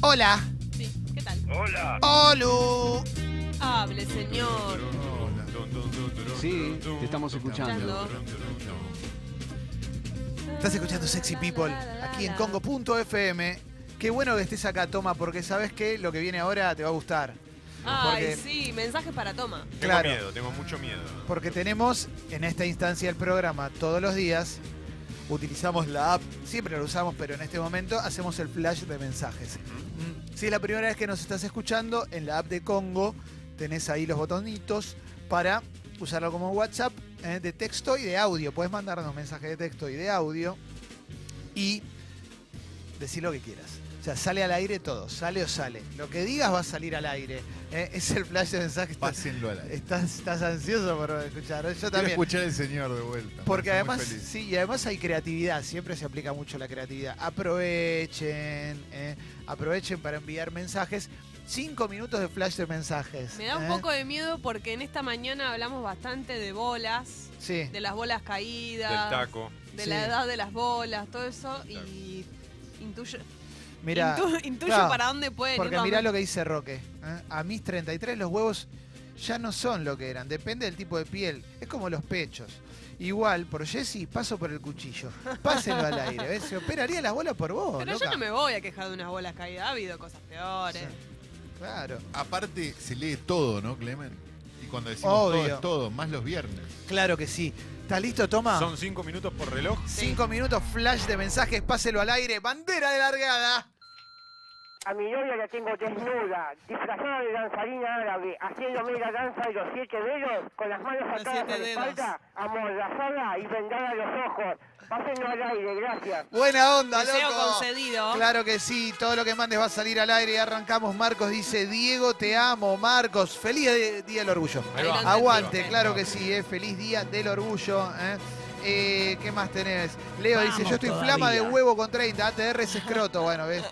Hola. Sí, ¿qué tal? Hola. Olu. Hable, señor. Sí, te estamos escuchando. Estás escuchando Sexy People aquí en Congo.fm. Qué bueno que estés acá, Toma, porque sabes que lo que viene ahora te va a gustar. Ay, Porque- sí, mensajes para toma. Tengo Claro. miedo, tengo mucho miedo. Porque tenemos en esta instancia del programa todos los días. Utilizamos la app, siempre la usamos, pero en este momento hacemos el flash de mensajes. Mm. Si es la primera vez que nos estás escuchando, en la app de Congo tenés ahí los botonitos para usarlo como WhatsApp eh, de texto y de audio. Puedes mandarnos mensajes de texto y de audio y decir lo que quieras. O sea, sale al aire todo, sale o sale. Lo que digas va a salir al aire. eh. es el flash de mensajes. Pásenlo a la. Estás, estás ansioso por escuchar. Yo Quiero también. escuchar el señor de vuelta. Porque Me hace muy además, feliz. sí, y además hay creatividad, siempre se aplica mucho la creatividad. Aprovechen, eh, aprovechen para enviar mensajes. Cinco minutos de flash de mensajes. Me da un eh. poco de miedo porque en esta mañana hablamos bastante de bolas, Sí. de las bolas Del caídas, taco. de Sí. la edad de las bolas, todo eso. Y intuyo, Mira, intu- intuyo claro, para dónde pueden ir. porque más mirá o lo que dice Roque. eh. A mis 33 los huevos ya no son lo que eran. Depende del tipo de piel. Es como los pechos. Igual, por Jessy, paso por el cuchillo. Pásenlo al aire. ¿ves? Se operaría las bolas por vos. Pero yo loca. no me voy a quejar de unas bolas caídas. Ha habido cosas peores. Claro. Aparte, se lee todo, ¿no, Clemen? Y cuando decimos Obvio. todo es todo, más los viernes. Claro que sí. ¿Estás listo, Toma? Son cinco minutos por reloj. Cinco minutos, flash de mensajes, páselo al aire, bandera de largada. A mi novia la tengo desnuda, disfrazada de danzarina árabe, haciéndome la danza de los siete dedos, con las manos Los atadas siete a la dedos. espalda, amordazada y vendada a los ojos. Pásenlo al aire, gracias. Buena onda, Deseo loco. concedido. Claro que sí, todo lo que mandes va a salir al aire y arrancamos. Marcos dice, Diego, te amo, Marcos. Feliz de- Día del Orgullo. Ahí va. Aguante, Ahí va. claro que sí, eh. feliz Día del Orgullo. eh. Eh, ¿Qué más tenés? Leo dice, yo estoy flama de huevo con 30, ATR es escroto, bueno, ¿ves?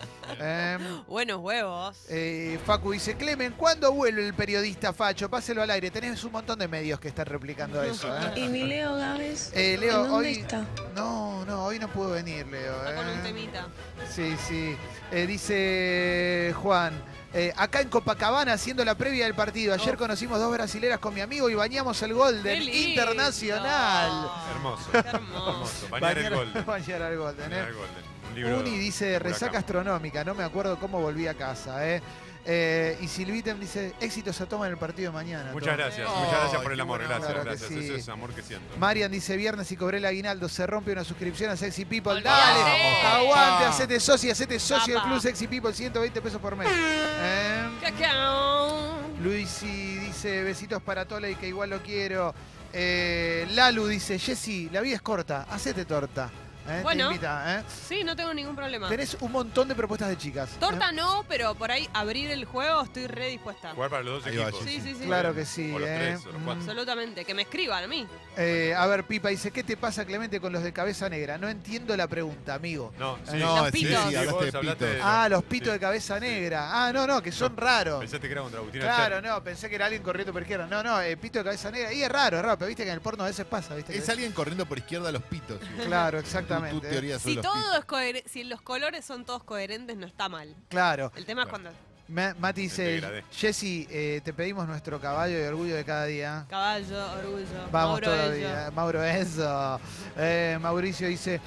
Em, Buenos huevos. Eh, Facu dice, Clemen, ¿cuándo vuelve el periodista Facho? Páselo al aire. Tenés un montón de medios que están replicando eso. ¿eh? ¿Y mi Leo Gávez? Eh, Leo, ¿En dónde hoy- está? No, no, hoy no pudo venir, Leo. Está con ¿eh? un temita. Sí, sí. Eh, dice Juan. eh, acá en Copacabana haciendo la previa del partido. Ayer conocimos dos brasileras con mi amigo y bañamos el gol Oh. ¡Qué del lindo! Internacional. Hermoso. Qué hermoso. Hermoso. Bañar el Golden. Ah. bañar al Golden, ¿eh? Bañar el Golden. Un libro. Uni dice Huracán. resaca astronómica, no me acuerdo cómo volví a casa, ¿eh? Eh, y Silvitem dice, éxitos a toma en el partido de mañana. Muchas Toma". gracias, Oh, muchas gracias por el qué amor, buena gracias, onda. Claro que gracias. sí. Eso es amor que siento. Marian dice, viernes y cobré el aguinaldo, se rompe una suscripción a Sexy People. Olvídate. Dale, Vamos. aguante, Vamos. hacete socio, hacete socio del Apa. Club Sexy People, 120 pesos por mes. Eh, Cacao. Luisi dice, besitos para Tola y que igual lo quiero. Eh, Lalu dice, Jessy, la vida es corta, hacete torta. Eh, Bueno. Te invita, eh. Sí, no tengo ningún problema. Tenés un montón de propuestas de chicas. ¿eh? Torta no, pero por ahí abrir el juego estoy re dispuesta. Jugar para los dos Ahí va, equipos. Sí, sí, sí. Claro que sí. O los eh. tres, o los cuatro. Absolutamente. Que me escriban a mí. Eh, a ver, Pipa dice, ¿qué te pasa, Clemente, con los de cabeza negra? No entiendo la pregunta, amigo. No, sí. No, Los sí, pitos. sí, hablaste Vos de hablaste pitos. de- Ah, los sí. pitos de cabeza Sí. negra. Ah, no, no, que son raros. Pensaste que era contra Agustina Claro, Cher. no, pensé que era alguien corriendo por izquierda. No, no, eh, pito de cabeza negra. Y es raro, es raro, pero viste que en el porno a veces pasa, ¿viste? Es alguien corriendo por izquierda a los pitos. igual. Claro, Tu- Tu, exactamente. teoría sobre Si los todo pitos. es coher- si los colores son todos coherentes, no está mal. Claro. El tema es Claro. cuando Ma- Mati Te dice, degradé. Jessy, eh, te pedimos nuestro caballo de orgullo de cada día. caballo, orgullo, Vamos Mauro Bello. todavía. Mauro, eso. Eh, Mauricio dice,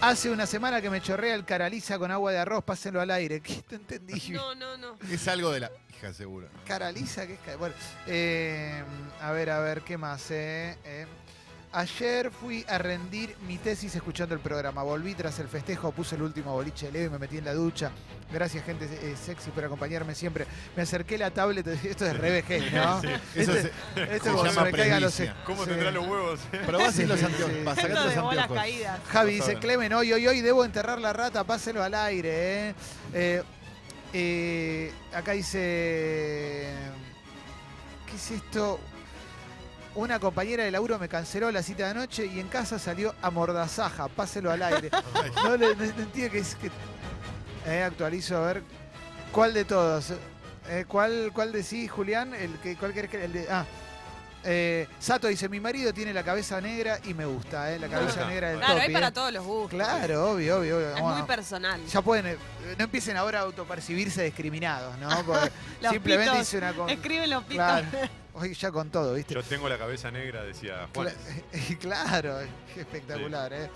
hace una semana que me chorrea el caraliza con agua de arroz, pásenlo al aire. ¿Qué te entendí? No, no, no. Es algo de la hija, seguro. Caraliza, que es ca- Bueno, eh, a ver, a ver, ¿qué más? eh? Eh, ayer fui a rendir mi tesis escuchando el programa. Volví tras el festejo, puse el último boliche leve, me metí en la ducha. Gracias, gente eh, sexy, por acompañarme siempre. Me acerqué la tablet. Esto es re vejez, ¿no? Sí. Eso Este- se- Esto es se cuando se llama me caigan los- premicia. ¿Cómo sí. tendrá los huevos? Probás sin los Sí, anteojos. sí. pa' sacarte Esto los de bolas anteojos. caídas. Javi Por dice, favor. Clemen, hoy, hoy, hoy debo enterrar la rata, páselo al aire. ¿eh? Eh, eh, acá dice, ¿qué es esto? Una compañera de laburo me canceló la cita de anoche y en casa salió amordazaja, páselo al aire. No, le- no- no entiendo qué es que... Eh, actualizo, a ver, ¿cuál de todos? Eh, ¿cuál, ¿Cuál decís, Julián? El que, ¿Cuál querés que...? El de, ah, Eh, Sato dice, mi marido tiene la cabeza negra y me gusta, ¿eh? La cabeza Ah, negra del Claro, topi, hay ¿eh? para todos los gustos. Claro, obvio, obvio. obvio. Es Bueno, muy personal. ya pueden, eh, no empiecen ahora a autopercibirse discriminados, ¿no? Porque Los simplemente pitos. hice una... con- Escribe los pitos. Claro. Hoy ya con todo, ¿viste? Yo tengo la cabeza negra, decía Cla- Juan. claro, qué espectacular, ¿eh?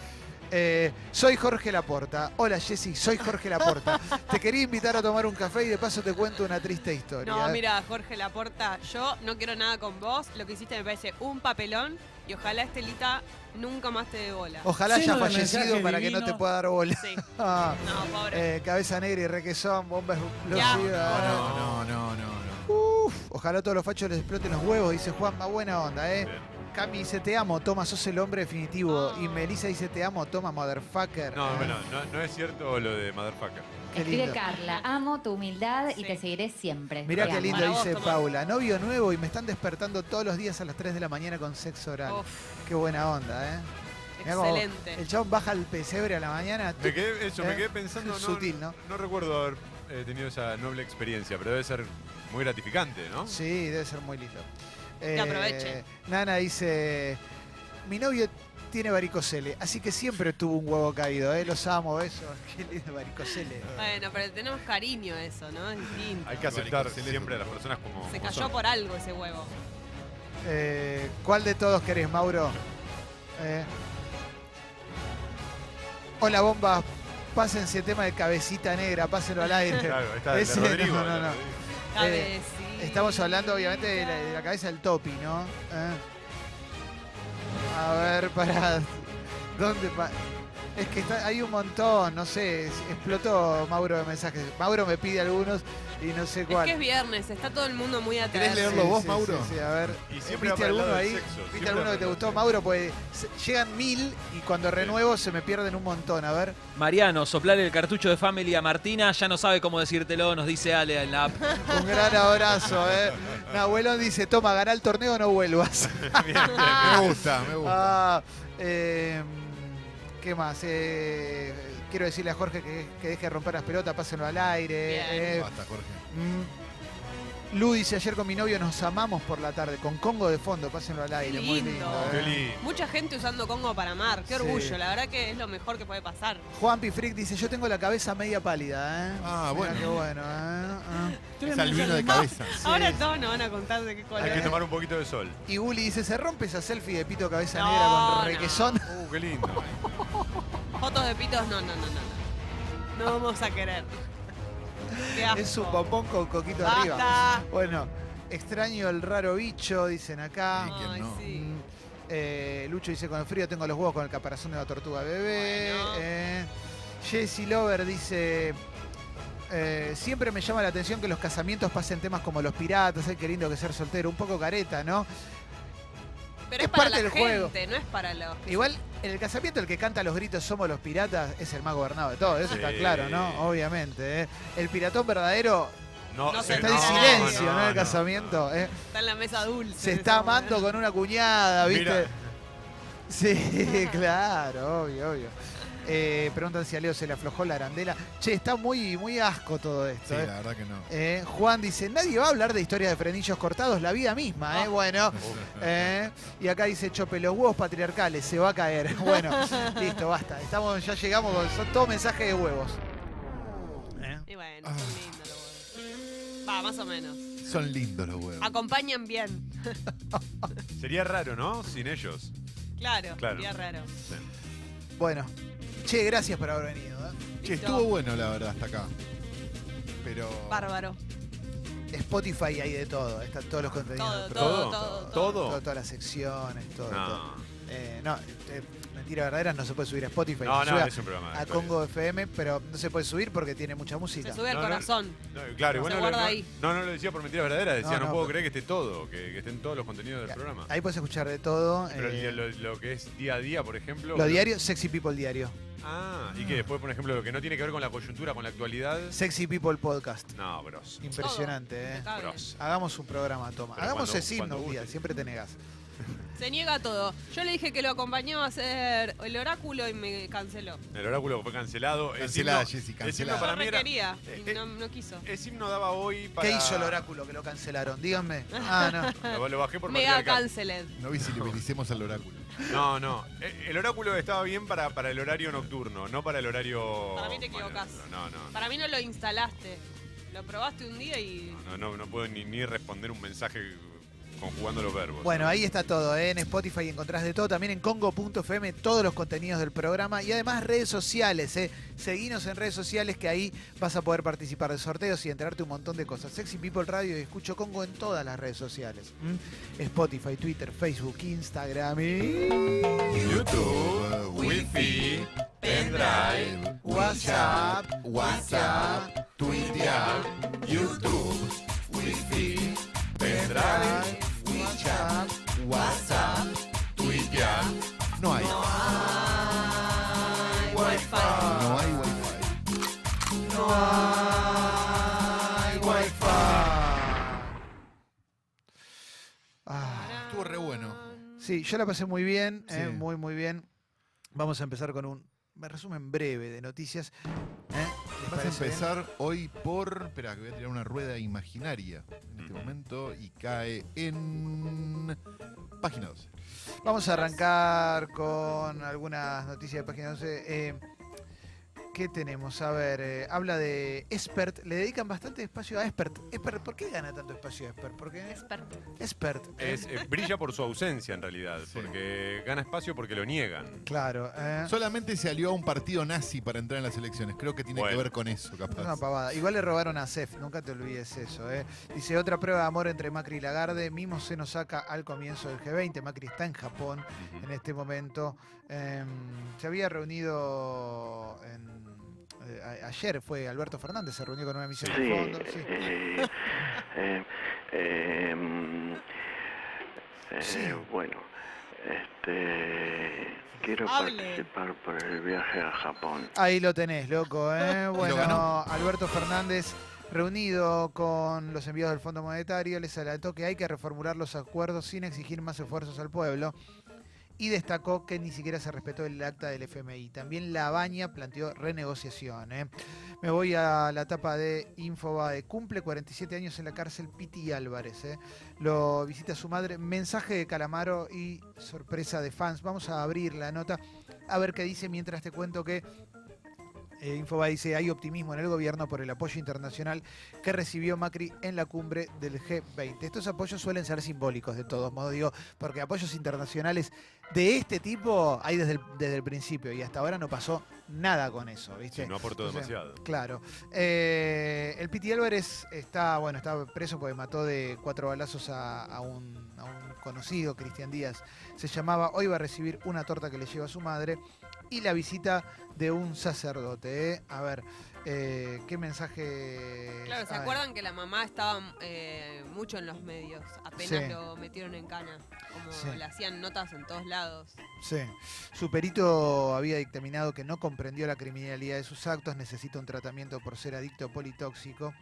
Eh, soy Jorge Laporta. Hola Jessy, soy Jorge Laporta. te quería invitar a tomar un café y de paso te cuento una triste historia. ¿eh? No, mira, Jorge Laporta, yo no quiero nada con vos. Lo que hiciste me parece un papelón y ojalá Estelita nunca más te dé bola. Ojalá haya Lleno de fallecido mensajes para que no divinos. te pueda dar bola. Sí. Ah, No, pobre. eh, cabeza negra y requesón, bombas explosivas. No, no, no, no. no. Uf, ojalá a todos los fachos les exploten los huevos, dice Juanma. Buena onda, ¿eh? Bien. Cami dice, te amo, toma, sos el hombre definitivo. Ah. Oh. Y Melissa dice, te amo, toma, motherfucker. No, Eh, bueno, no, no es cierto lo de Motherfucker. qué Escribe lindo. Carla, amo tu humildad Sí. y te seguiré siempre. Mirá Te qué amo. lindo Para vos, dice Tomás. Paula. Novio nuevo y me están despertando todos los días a las 3 de la mañana con sexo oral. Uf, Qué buena onda, ¿eh? Mirá cómo excelente. El chabón baja al pesebre a la mañana. Me quedé, eso, Eh, me quedé pensando. No, sutil, ¿no? recuerdo haber eh, tenido esa noble experiencia, pero debe ser muy gratificante, ¿no? Sí, debe ser muy lindo. Eh, Que aproveche. Nana dice, mi novio tiene varicocele, así que siempre tuvo un huevo caído, ¿eh? Los amo, besos. Qué lindo varicocele. Bueno, pero tenemos cariño a eso, ¿no? Es distinto. Hay que aceptar Varicocele. siempre a las personas como. Se como cayó son. por algo ese huevo. Eh, ¿Cuál de todos querés, Mauro? Eh. Hola, bombas. Pásense tema de cabecita negra, pásenlo al aire. Claro, está el de Ese, Rodrigo. no, no, el de no. Rodrigo. Cabecita. Estamos hablando, obviamente, de la, de la cabeza del topi, ¿no? Eh. A ver, para. ¿Dónde pa- Es que está- hay un montón, no sé, es- explotó Mauro de mensajes. Mauro me pide algunos y no sé Es cuál. que es viernes, está todo el mundo muy atrás. ¿Querés leerlo vos, Mauro? Sí, sí, a ver. Eh, Y siempre va ¿Viste para el alguno lado del ahí? sexo, ¿Viste siempre alguno va que te para el gustó, lado Mauro? Pues se- llegan mil y cuando renuevo se me pierden un montón. A ver. Mariano, soplar el cartucho de Family a Martina, ya no sabe cómo decírtelo, nos dice Ale en la app. Un gran abrazo, ¿eh? Nahuelón dice: Toma, ganá el torneo, no vuelvas. Bien, bien, bien. Me gusta, me gusta. Ah, eh, ¿Qué más? Eh, quiero decirle a Jorge que, que deje de romper las pelotas, pásenlo al aire. eh. Basta, Jorge. Mm. Lu dice: Ayer con mi novio nos amamos por la tarde, con Congo de fondo, pásenlo al aire. Muy lindo. lindo. ¿eh? Oh, Qué lindo. Mucha gente usando Congo para amar, Sí. qué orgullo, la verdad que es lo mejor que puede pasar. Juan Pifric dice, yo tengo la cabeza media pálida, ¿eh? Ah, Mirá bueno. Qué bueno, ¿eh? Ah. Es albino de cabeza. Ahora todos nos van a contar de qué color Hay que es. tomar un poquito de sol. Y Uli dice, se rompe esa selfie de pito cabeza No, negra con no. requesón. Uh, qué lindo. Fotos de pitos, no, no, no, no. No vamos a querer. Qué asco. Ah. Es un bombón con coquito Basta. arriba. Ah, Bueno, extraño el raro bicho, dicen Sí, acá. quién Ay, no. sí. Mm. Eh, Lucho dice, con el frío tengo los huevos con el caparazón de la tortuga bebé. Bueno. Eh, Jesse Lover dice... eh, siempre me llama la atención que los casamientos pasen temas como los piratas, ay, qué lindo que ser soltero, un poco careta, ¿no? Pero es, es para parte la del gente, juego. no es para los. Igual, en el casamiento el que canta los gritos Somos los piratas es el más gobernado de todos, eso está Sí. claro, ¿no? Obviamente. ¿eh? El piratón verdadero No sí, se está no, en silencio, ¿no? no, En el casamiento. ¿eh? Está en la mesa dulce. Se en está ese momento. amando con una cuñada, ¿viste? Mira. Sí, claro, obvio, obvio. Eh, preguntan si a Leo se le aflojó la arandela. Che, está muy, muy asco todo esto. Sí, ¿eh? la verdad que no. Eh, Juan dice, nadie va a hablar de historias de frenillos cortados, la vida misma, Ah. ¿eh? Bueno. ¿eh? Y acá dice, chope los huevos patriarcales, se va a caer. Bueno, listo, basta. Estamos, ya llegamos, con- son todos mensajes de huevos. ¿Eh? Y bueno, Ah. qué lindo lo bueno. Va, más o menos. Son lindos los huevos. Acompañan bien. Sería raro, ¿no? Sin ellos. Claro, Claro. sería raro. Bueno. Che, gracias por haber venido. ¿eh? Che, estuvo bueno la verdad hasta acá. Pero. Oh. Bárbaro. Spotify hay de todo, están todos los contenidos. Todo, del todo, programa. todo. Todo, ¿Todo? todas las secciones, todo. todo. No, Eh, no, eh, mentira verdadera, no se puede subir a Spotify. no, se no, sube a- es un programa. de Pues a actualidad. Congo FM, pero no se puede subir porque tiene mucha música. Se sube al No, no. corazón. No, claro, Se bueno, guarda no, ahí. no, no lo decía por mentira verdadera, decía, No, no, no, pues puedo pero- creer que esté todo, que, que estén todos los contenidos del programa. Ahí puedes escuchar de todo. Pero eh, lo, lo que es día a día, por ejemplo. lo diario, Sexy People Diario. Ah, y que después, por ejemplo, lo que no tiene que ver con la coyuntura, con la actualidad. Sexy People Podcast. No, bros. Impresionante, ¿eh? Impecable. Bros. Hagamos un programa, toma. Pero Hagamos cuando- ese himno cuando un día, guste. siempre te negás. Se niega a todo. Yo le dije que lo acompañó a hacer el oráculo y me canceló. El oráculo fue cancelado. Es Cancelada, himno- Jessy, es himno cancelada. para Yo mí era- requería eh, y eh. no, no quiso. Es himno daba hoy para... ¿Qué hizo el oráculo que lo cancelaron? Díganme. Ah, no. Lo, lo bajé por Mega patriarcal. canceled. No visibilicemos al oráculo. No, no. Eh, El oráculo estaba bien para, para el horario nocturno, no para el horario. Para mí te mañana. equivocás. No, no. Para mí no lo instalaste. Lo probaste un día y. No, no, no puedo ni, ni responder un mensaje conjugando los verbos. Bueno, ahí está todo. ¿eh? En Spotify encontrás de todo. También en congo.fm todos los contenidos del programa. Y además redes sociales. ¿eh? Seguinos en redes sociales que ahí vas a poder participar de sorteos y enterarte un montón de cosas. Sexy People Radio y Escucho Congo en todas las redes sociales. ¿m? Spotify, Twitter, Facebook, Instagram y... YouTube, Wifi, pendrive, WhatsApp, WhatsApp, Twitter, YouTube, Wi-Fi, pendrive, WhatsApp, WhatsApp, Twitter. No hay, Ay, Wi-Fi. no hay Wi-Fi. Ah. Estuvo re bueno. Sí, yo la pasé muy bien, ¿eh? Sí. muy, muy bien. Vamos a empezar con un resumen breve de noticias. ¿eh? ¿Les Vas a parece bien? empezar hoy por. Espera, que voy a tirar una rueda imaginaria en este Ujú. momento y cae en. Página 12. Vamos a arrancar con algunas noticias de página 12. Eh, ¿Qué tenemos? A ver, eh, habla de Expert. Le dedican bastante espacio a Expert. Expert, ¿por qué gana tanto espacio Expert? Porque Experto. Expert. ¿eh? Es, eh, brilla por su ausencia en realidad, Sí. porque gana espacio porque lo niegan. Claro. ¿eh? Solamente se alió a un partido nazi para entrar en las elecciones. Creo que tiene Bueno. que ver con eso, Es una capaz. pavada. Igual le robaron a Cef, nunca te olvides eso. ¿eh? Dice, otra prueba de amor entre Macri y Lagarde. Mimo se nos saca al comienzo del G20. Macri está en Japón en este momento. Em, se había reunido en- eh, a- ayer, fue Alberto Fernández, se reunió con una misión Sí, de fondo. sí. eh, eh, eh, mm, eh, Sí. bueno, este, quiero Hable. participar por el viaje a Japón. Ahí lo tenés, loco. ¿eh? Bueno, ganó. Alberto Fernández reunido con los enviados del Fondo Monetario, les alertó que hay que reformular los acuerdos sin exigir más esfuerzos al pueblo y destacó que ni siquiera se respetó el acta del FMI. También La Baña planteó renegociación. ¿eh? Me voy a la tapa de Infobae. Cumple 47 años en la cárcel Piti Álvarez. ¿eh? Lo visita su madre. Mensaje de Calamaro y sorpresa de fans. Vamos a abrir la nota a ver qué dice mientras te cuento que eh, Infobae dice, hay optimismo en el gobierno por el apoyo internacional que recibió Macri en la cumbre del G20. Estos apoyos suelen ser simbólicos de todos modos, digo, porque apoyos internacionales de este tipo hay desde el, desde el principio y hasta ahora no pasó nada con eso, ¿viste? Sí, no aportó Entonces, demasiado. Claro. Eh, el Piti Álvarez está, bueno, está preso porque mató de cuatro balazos a, a un, a un conocido, Cristian Díaz. Se llamaba Hoy va a recibir una torta que le lleva su madre y la visita de un sacerdote. ¿eh? A ver, eh, ¿qué mensaje? Claro, ¿se hay? acuerdan que la mamá estaba eh, mucho en los medios? Apenas Sí. lo metieron en cana. Como Sí. le hacían notas en todos lados. Sí. Su perito había dictaminado que no comprendió la criminalidad de sus actos, necesita un tratamiento por ser adicto politóxico.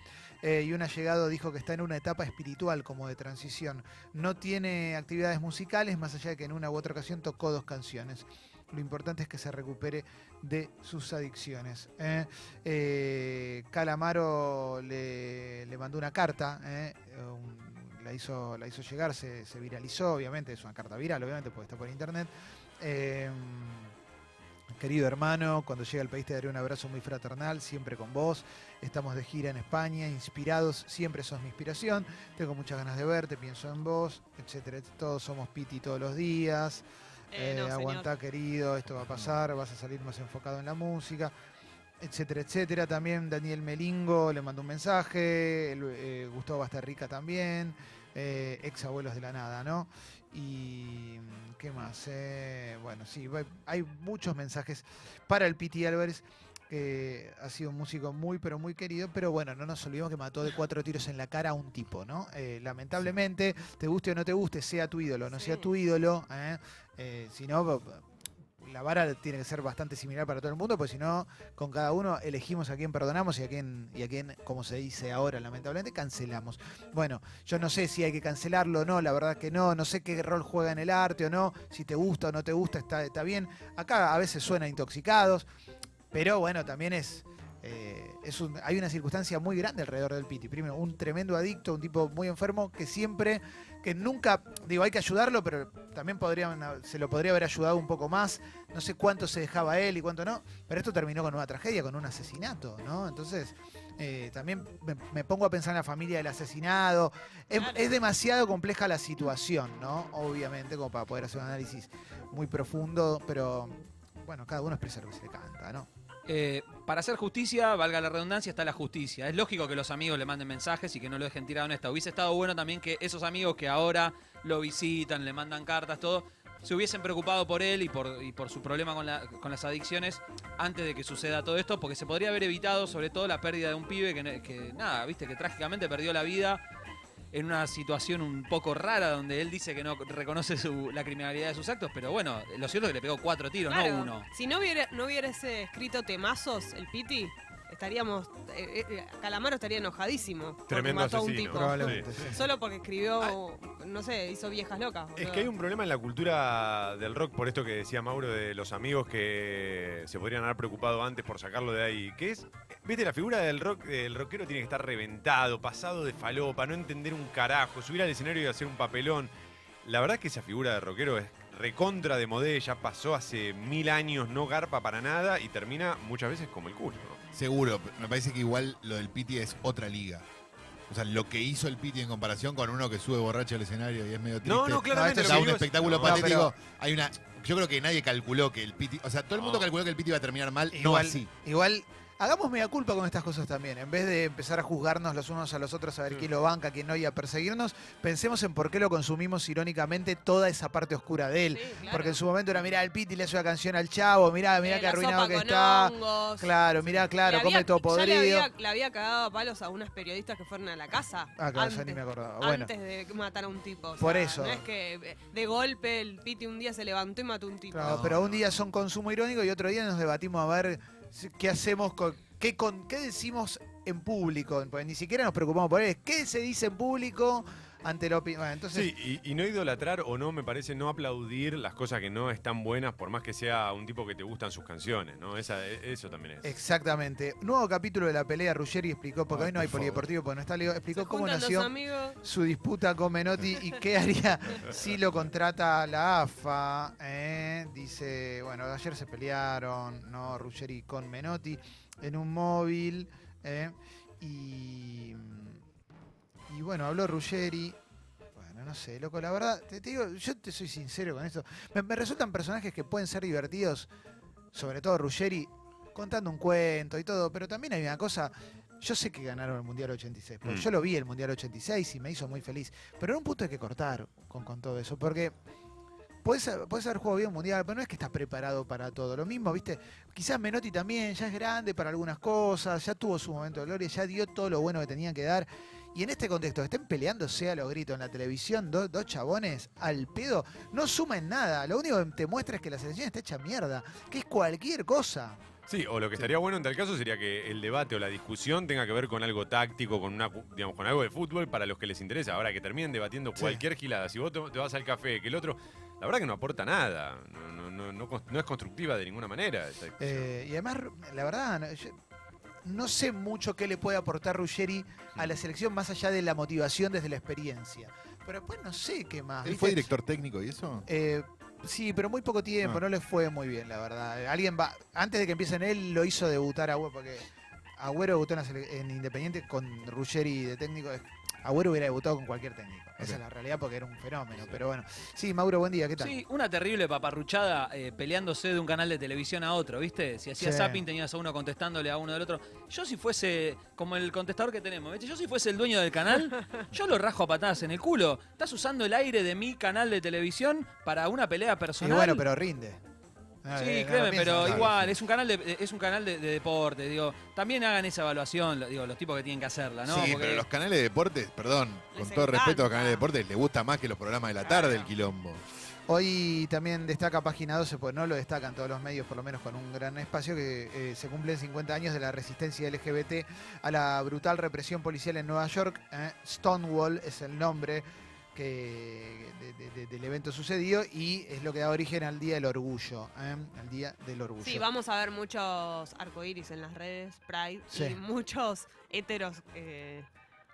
Eh, y un allegado dijo que está en una etapa espiritual como de transición. No tiene actividades musicales, más allá de que en una u otra ocasión tocó dos canciones. Lo importante es que se recupere de sus adicciones. ¿eh? Eh, Calamaro le, le mandó una carta, ¿eh? Eh, un- la, hizo, la hizo llegar, se, se viralizó, obviamente, es una carta viral, obviamente, porque está por internet. Eh, querido hermano, cuando llegue al país te daré un abrazo muy fraternal, siempre con vos. Estamos de gira en España, inspirados, siempre sos mi inspiración. Tengo muchas ganas de verte, pienso en vos, etcétera. Todos somos Piti todos los días. Eh, no, Eh, señor. aguantá, querido, esto va a pasar, vas a salir más enfocado en la música, etcétera, etcétera. También Daniel Melingo le mandó un mensaje, el, eh, Gustavo Bastarrica también, eh, ex abuelos de la nada, ¿no? Y mm, qué más, Eh, bueno, sí, va- hay muchos mensajes para el Piti Álvarez. Que ha sido un músico muy, pero muy querido, pero bueno, no nos olvidemos que mató de cuatro tiros en la cara a un tipo, ¿no? Eh, lamentablemente, te guste o no te guste, sea tu ídolo, no sea Sí. tu ídolo, ¿eh? Eh, si no, bo- bo- la vara tiene que ser bastante similar para todo el mundo, porque si no, con cada uno elegimos a quién perdonamos y a quién, y a quién, como se dice ahora, lamentablemente, cancelamos. Bueno, yo no sé si hay que cancelarlo o no, la verdad que no, no sé qué rol juega en el arte o no, si te gusta o no te gusta, está, está bien. Acá a veces suena intoxicados, pero bueno, también es... eh, es un- hay una circunstancia muy grande alrededor del Piti. Primero, un tremendo adicto, un tipo muy enfermo que siempre, que nunca, digo, hay que ayudarlo, pero también podrían, ha- se lo podría haber ayudado un poco más. No sé cuánto se dejaba él y cuánto no, pero esto terminó con una tragedia, con un asesinato, ¿no? Entonces, eh, también me, me pongo a pensar en la familia del asesinado. Es, Claro. es demasiado compleja la situación, ¿no? Obviamente, como para poder hacer un análisis muy profundo, pero bueno, cada uno expresa lo que se le canta, ¿no? Eh, para hacer justicia, valga la redundancia, está la justicia. Es lógico que los amigos le manden mensajes y que no lo dejen tirado en esta. Hubiese estado bueno también que esos amigos que ahora lo visitan, le mandan cartas, todo, se hubiesen preocupado por él y por, y por su problema con, la- con las adicciones antes de que suceda todo esto, porque se podría haber evitado sobre todo la pérdida de un pibe que, que, nada, viste, que trágicamente perdió la vida en una situación un poco rara donde él dice que no reconoce su- la criminalidad de sus actos, pero bueno, lo cierto es que le pegó cuatro tiros, Claro. no uno. Si no hubiera, no hubiese escrito temazos, el Piti, estaríamos. eh, eh, Calamaro estaría enojadísimo. porque Tremendo mató a un asesino. tipo. Probablemente. sí. Solo porque escribió, no sé, hizo viejas locas. Es boludo. que hay un problema en la cultura del rock, por esto que decía Mauro de los amigos que se podrían haber preocupado antes por sacarlo de ahí. Que es, viste, la figura del rock, del rockero tiene que estar reventado, pasado de falopa, no entender un carajo, subir al escenario y hacer un papelón. La verdad es que esa figura de rockero es recontra de modé, ya pasó hace mil años, no garpa para nada y termina muchas veces como el culo. ¿no? Seguro, pero me parece que igual lo del Piti es otra liga. O sea, lo que hizo el Piti en comparación con uno que sube borracho al escenario y es medio triste. No, no, claramente. esto O lo sea, que un digo es- espectáculo No, patético. pero- Hay una. Yo creo que nadie calculó que el Piti. O sea, todo el mundo No. calculó que el Piti iba a terminar mal, Igual, no así. igual, hagamos media culpa con estas cosas también. En vez de empezar a juzgarnos los unos a los otros, a ver quién lo banca, quién no, y a perseguirnos, pensemos en por qué lo consumimos irónicamente toda esa parte oscura de él. Sí, claro. Porque en su momento era, mirá, el Piti le hace una canción al chavo, mirá, mirá Eh, que la arruinado sopa que con está. hongos. Claro, mirá, claro, Le come había- todo Ya le podrido. había, le había cagado a palos a unas periodistas que fueron a la casa. Ah, claro, ya ni me antes- acordaba. Bueno, Antes de matar a un tipo. o Por sea, eso. No es que eh, de golpe el Piti un día se levantó y mató a un tipo. claro, No, pero un no. día son consumo irónico y otro día nos debatimos a ver si- qué hacemos con. ¿Qué, con, ¿Qué decimos en público? Porque ni siquiera nos preocupamos por él. ¿Qué se dice en público ante la opinión? entonces, Sí, y, y no idolatrar o no, me parece, no aplaudir las cosas que no están buenas, por más que sea un tipo que te gustan sus canciones, ¿no? Esa, e- eso también es. Exactamente. Nuevo capítulo de la pelea. Ruggeri explicó, porque Ay, hoy no por hay favor. polideportivo, porque no está Leo, Se explicó cómo juntan los nació amigos. su disputa con Menotti y qué haría si lo contrata la AFA. ¿eh? Dice, bueno, ayer se pelearon, ¿no? Ruggeri con Menotti en un móvil. ¿eh? Y, y bueno, habló Ruggeri. Bueno, no sé, loco, la verdad, te, te digo, yo te soy sincero con esto. Me, me resultan personajes que pueden ser divertidos, sobre todo Ruggeri, contando un cuento y todo, pero también hay una cosa. Yo sé que ganaron el Mundial 86, porque Mm. yo lo vi el Mundial 86 y me hizo muy feliz. Pero en un punto hay que cortar con, con todo eso, porque puedes haber jugado bien un Mundial, pero no es que estás preparado para todo. Lo mismo, viste, quizás Menotti también ya es grande para algunas cosas, ya tuvo su momento de gloria, ya dio todo lo bueno que tenía que dar. Y en este contexto, estén peleándose a los gritos en la televisión, dos, dos chabones al pedo, no suma en nada. Lo único que te muestra es que la selección está hecha mierda, que es cualquier cosa. Sí, o lo que estaría bueno en tal caso sería que el debate o la discusión tenga que ver con algo táctico, con una cu- digamos, con algo de fútbol para los que les interesa. Ahora que terminen debatiendo Sí. cualquier gilada, si vos te, te vas al café, que el otro, la verdad que no aporta nada, no, no- no- no cons- no es constructiva de ninguna manera. esa discusión. Eh, y además, Ru- la verdad, no, yo no sé mucho qué le puede aportar Ruggeri a la selección más allá de la motivación desde la experiencia. Pero después no sé qué más. Ah, ¿Él ¿viste? fue director técnico y eso? Eh, sí, pero muy poco tiempo, Ah. no les fue muy bien, la verdad. Alguien va, antes de que empiecen él, lo hizo debutar Agüero, porque Agüero debutó en, la sele- en Independiente con Ruggeri de técnico. Es- Agüero hubiera debutado con cualquier técnico. Esa es Ok. la realidad porque era un fenómeno. Pero bueno, sí, Mauro, buen día, ¿qué tal? Sí, una terrible paparruchada eh, peleándose de un canal de televisión a otro, ¿viste? Si hacías Sí. zapping tenías a uno contestándole a uno del otro. Yo si fuese, como el contestador que tenemos, ¿viste? Yo si fuese el dueño del canal, yo lo rajo a patadas en el culo. Estás usando el aire de mi canal de televisión para una pelea Y personal. bueno, pero rinde. No, Sí, eh, no lo créeme, piensa, pero claro. igual, es un canal de, es un canal de, de deporte, digo, también hagan esa evaluación, lo- digo, los tipos que tienen que hacerla, Ah, ¿no? sí, Porque- pero los canales de deportes, perdón, Les con todo respeto a encanta. los canales de deportes, les gusta más que los programas de la tarde el Claro. quilombo. Hoy también destaca Página 12, pues no lo destacan todos los medios, por lo menos con un gran espacio, que eh, se cumplen 50 años de la resistencia LGBT a la brutal represión policial en Nueva York. ¿eh? Stonewall es el nombre que de- de- de- del evento sucedido y es lo que da origen al Día del Orgullo. ¿eh? Al Día del Orgullo. Sí, vamos a ver muchos arcoíris en las redes, Pride, Sí. y muchos héteros eh,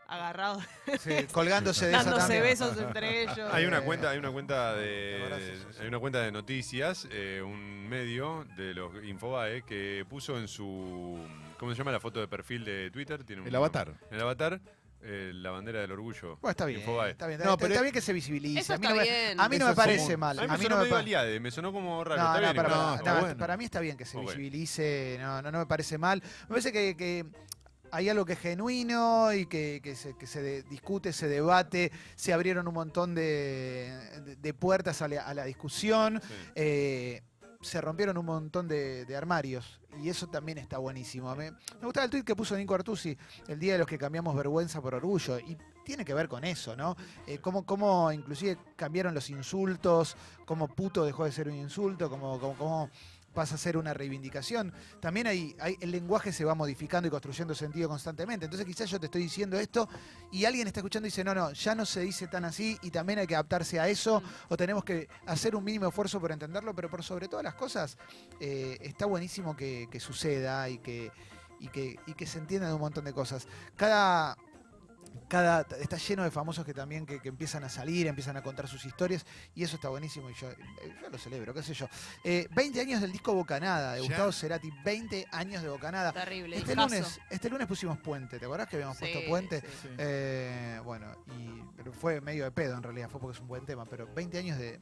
agarrados, Sí, colgándose de esa dándose también. besos entre ellos. Hay una Eh, cuenta, hay una cuenta ¿te acordás de, eso? Sí. hay una cuenta de noticias, eh, un medio de los Infobae que puso en su, ¿cómo se llama la foto de perfil de Twitter? Tiene un- El avatar. El avatar, eh, la bandera del orgullo. Bueno, está bien. Infobae. Está bien, No, está, bien, pero está es- bien que se visibilice. Eso a mí está no me, bien. a mí no Eso me es parece común. mal. A mí me mí sonó no me medio pa- aliade, me sonó como raro. No, está no, bien, para, igual. para- está para- bueno. para mí está bien que se Ok. visibilice, no, no, no me parece mal. Me parece que, que hay algo que es genuino y que, que se, que se de- discute, se debate, se abrieron un montón de, de- de puertas a la, a la discusión, Sí. eh, se rompieron un montón de, de armarios y eso también está buenísimo. Me, me gustaba el tuit que puso Nico Artusi, el día de los que cambiamos vergüenza por orgullo, y tiene que ver con eso, ¿no? Eh, cómo, cómo inclusive cambiaron los insultos, cómo puto dejó de ser un insulto, cómo, cómo- cómo pasa a ser una reivindicación. También hay, hay- el lenguaje se va modificando y construyendo sentido constantemente. Entonces quizás yo te estoy diciendo esto y alguien está escuchando y dice, no, no, ya no se dice tan así y también hay que adaptarse a eso Mm. o tenemos que hacer un mínimo esfuerzo por entenderlo, pero por sobre todas las cosas eh, está buenísimo que, que suceda y que, y, que, y que se entienda de un montón de cosas. Cada... Cada, está lleno de famosos que también que, que empiezan a salir, empiezan a contar sus historias y eso está buenísimo y yo, eh, yo lo celebro, qué sé yo. Eh, 20 años del disco Bocanada de Ya. Gustavo Cerati, 20 años de Bocanada. Terrible. Este discazo. lunes, este lunes pusimos puente, ¿te acordás que habíamos Sí, puesto puente? sí. Eh, bueno, y pero fue medio de pedo en realidad, fue porque es un buen tema, pero 20 años de,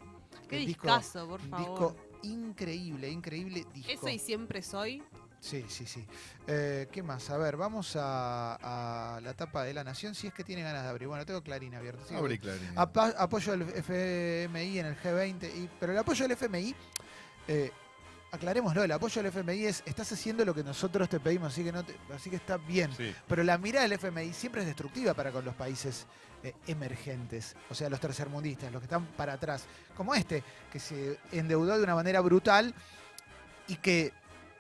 Qué del disco, discazo, por un favor. disco increíble, increíble disco. Eso y siempre soy. Sí, sí, sí. Eh, ¿Qué más? A ver, vamos a, a la tapa de La Nación, si es que tiene ganas de abrir. Bueno, tengo Clarín abierto. sí, Abrí, Clarín. Apa- apoyo del FMI en el G20, y- pero el apoyo del FMI, eh, aclarémoslo, el apoyo del FMI es, estás haciendo lo que nosotros te pedimos, así que, no te- así que está bien. Sí. Pero la mirada del FMI siempre es destructiva para con los países eh, emergentes, o sea, los tercermundistas, los que están para atrás, como este, que se endeudó de una manera brutal y que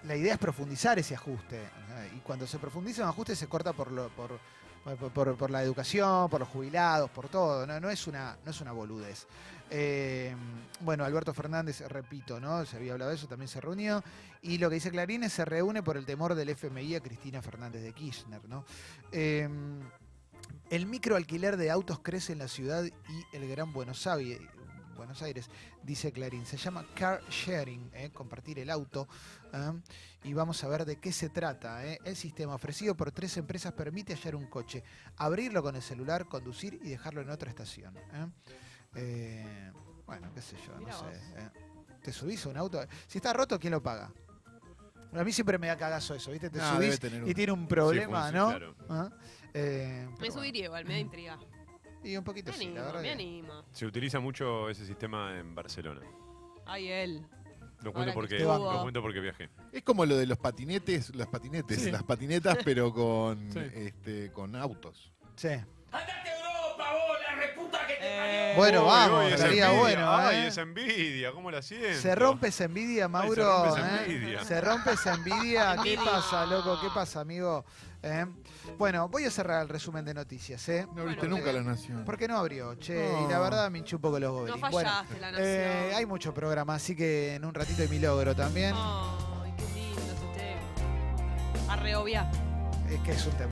la idea es profundizar ese ajuste. ¿no? Y cuando se profundiza un ajuste se corta por, lo- por, por- por- por la educación, por los jubilados, por todo. No, no, es, una, no es una boludez. Eh, bueno, Alberto Fernández, repito, ¿no? Se había hablado de eso, también se reunió. Y lo que dice Clarín es se reúne por el temor del FMI a Cristina Fernández de Kirchner, ¿no? Eh, el microalquiler de autos crece en la ciudad y el Gran Buenos Aires. Buenos Aires, dice Clarín. Se llama car sharing, ¿eh? compartir el auto. ¿ah? Y vamos a ver de qué se trata. ¿eh? El sistema ofrecido por tres empresas permite hallar un coche, abrirlo con el celular, conducir y dejarlo en otra estación. ¿eh? Eh, bueno, qué sé yo, Mirá no sé. vos. ¿eh? ¿Te subís a un auto? Si está roto, ¿quién lo paga? A mí siempre me da cagazo eso, ¿viste? Te No, debe subís tener y un- tiene un problema, Sí, ¿no? claro. ¿Ah? Eh, pero Me bueno. subiría igual, me da intriga. Y un poquito Me sí, la animo, verdad. me que- animo. Se utiliza mucho ese sistema en Barcelona. Ay, él. Lo Ahora cuento que porque, estuvo. lo cuento porque viajé. Es como lo de los patinetes, las patinetes, Sí. las patinetas, pero con, Sí. este, con autos. Sí. Eh, Bueno, Uy, vamos, uy, esa estaría envidia. bueno, Ay, ¿eh? esa envidia, ¿cómo la siento? Se rompe esa envidia, Mauro. rompe esa ¿eh? envidia. Se rompe esa envidia. ¿Qué Envidia. pasa, loco? ¿Qué pasa, amigo? ¿Eh? Bueno, voy a cerrar el resumen de noticias, ¿eh? No abriste Bueno, nunca eh, la nación. Porque no abrió, che. Y la No. verdad me hinchó un poco los no goblins. fallaste, bueno, la nación. eh, hay mucho programa, así que en un ratito hay mi logro también. Ay, qué lindo su tema. Arreobia. Es que es un tema.